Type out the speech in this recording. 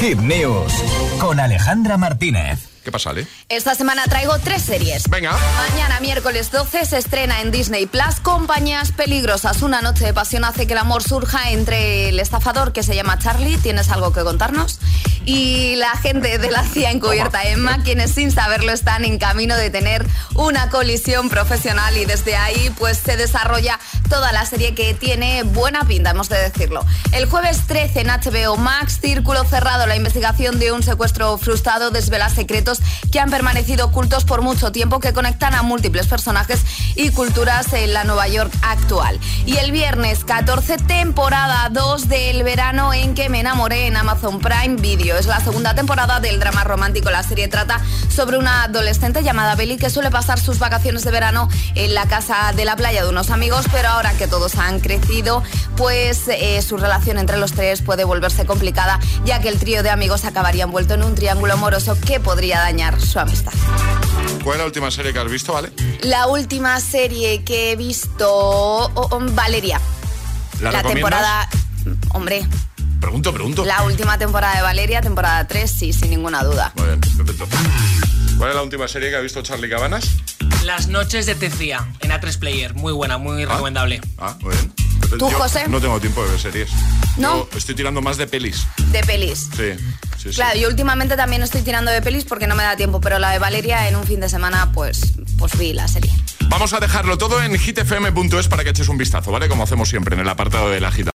Hit News con Alejandra Martínez. ¿Qué pasa, Ale? Esta semana traigo tres series. Venga. Mañana, miércoles 12, se estrena en Disney Plus Compañías Peligrosas. Una noche de pasión hace que el amor surja entre el estafador que se llama Charlie, ¿tienes algo que contarnos? Y la gente de la CIA encubierta Emma, quienes sin saberlo están en camino de tener una colisión profesional y desde ahí pues se desarrolla toda la serie que tiene buena pinta, hemos de decirlo. El jueves 13 en HBO Max, Círculo Cerrado, la investigación de un secuestro frustrado desvela secretos que han permanecido ocultos por mucho tiempo que conectan a múltiples personajes y culturas en la Nueva York actual. Y el viernes 14, temporada 2 del verano en que me enamoré en Amazon Prime Video. Es la segunda temporada del drama romántico. La serie trata sobre una adolescente llamada Belly que suele pasar sus vacaciones de verano en la casa de la playa de unos amigos, pero ahora que todos han crecido, pues eh, su relación entre los tres puede volverse complicada, ya que el trío de amigos acabaría envuelto en un triángulo amoroso que podría dañar su amistad. ¿Cuál es la última serie que has visto, Vale? La última serie que he visto, oh, oh, Valeria. ¿La, la temporada, mm, hombre. Pregunto, pregunto. La última temporada de Valeria, temporada 3, sí, sin ninguna duda. Muy bien, perfecto. ¿Cuál es la última serie que ha visto Charlie Cabanas? Las noches de Tecía en A3 Player. Muy buena, muy Ah. recomendable. Ah, muy bien. ¿Tú, Yo José? No tengo tiempo de ver series. ¿No? Yo estoy tirando más de pelis. De pelis. Sí, sí, sí. Claro, yo últimamente también estoy tirando de pelis porque no me da tiempo, pero la de Valeria en un fin de semana, pues, pues vi la serie. Vamos a dejarlo todo en hitfm.es para que eches un vistazo, ¿vale? Como hacemos siempre en el apartado de la gita.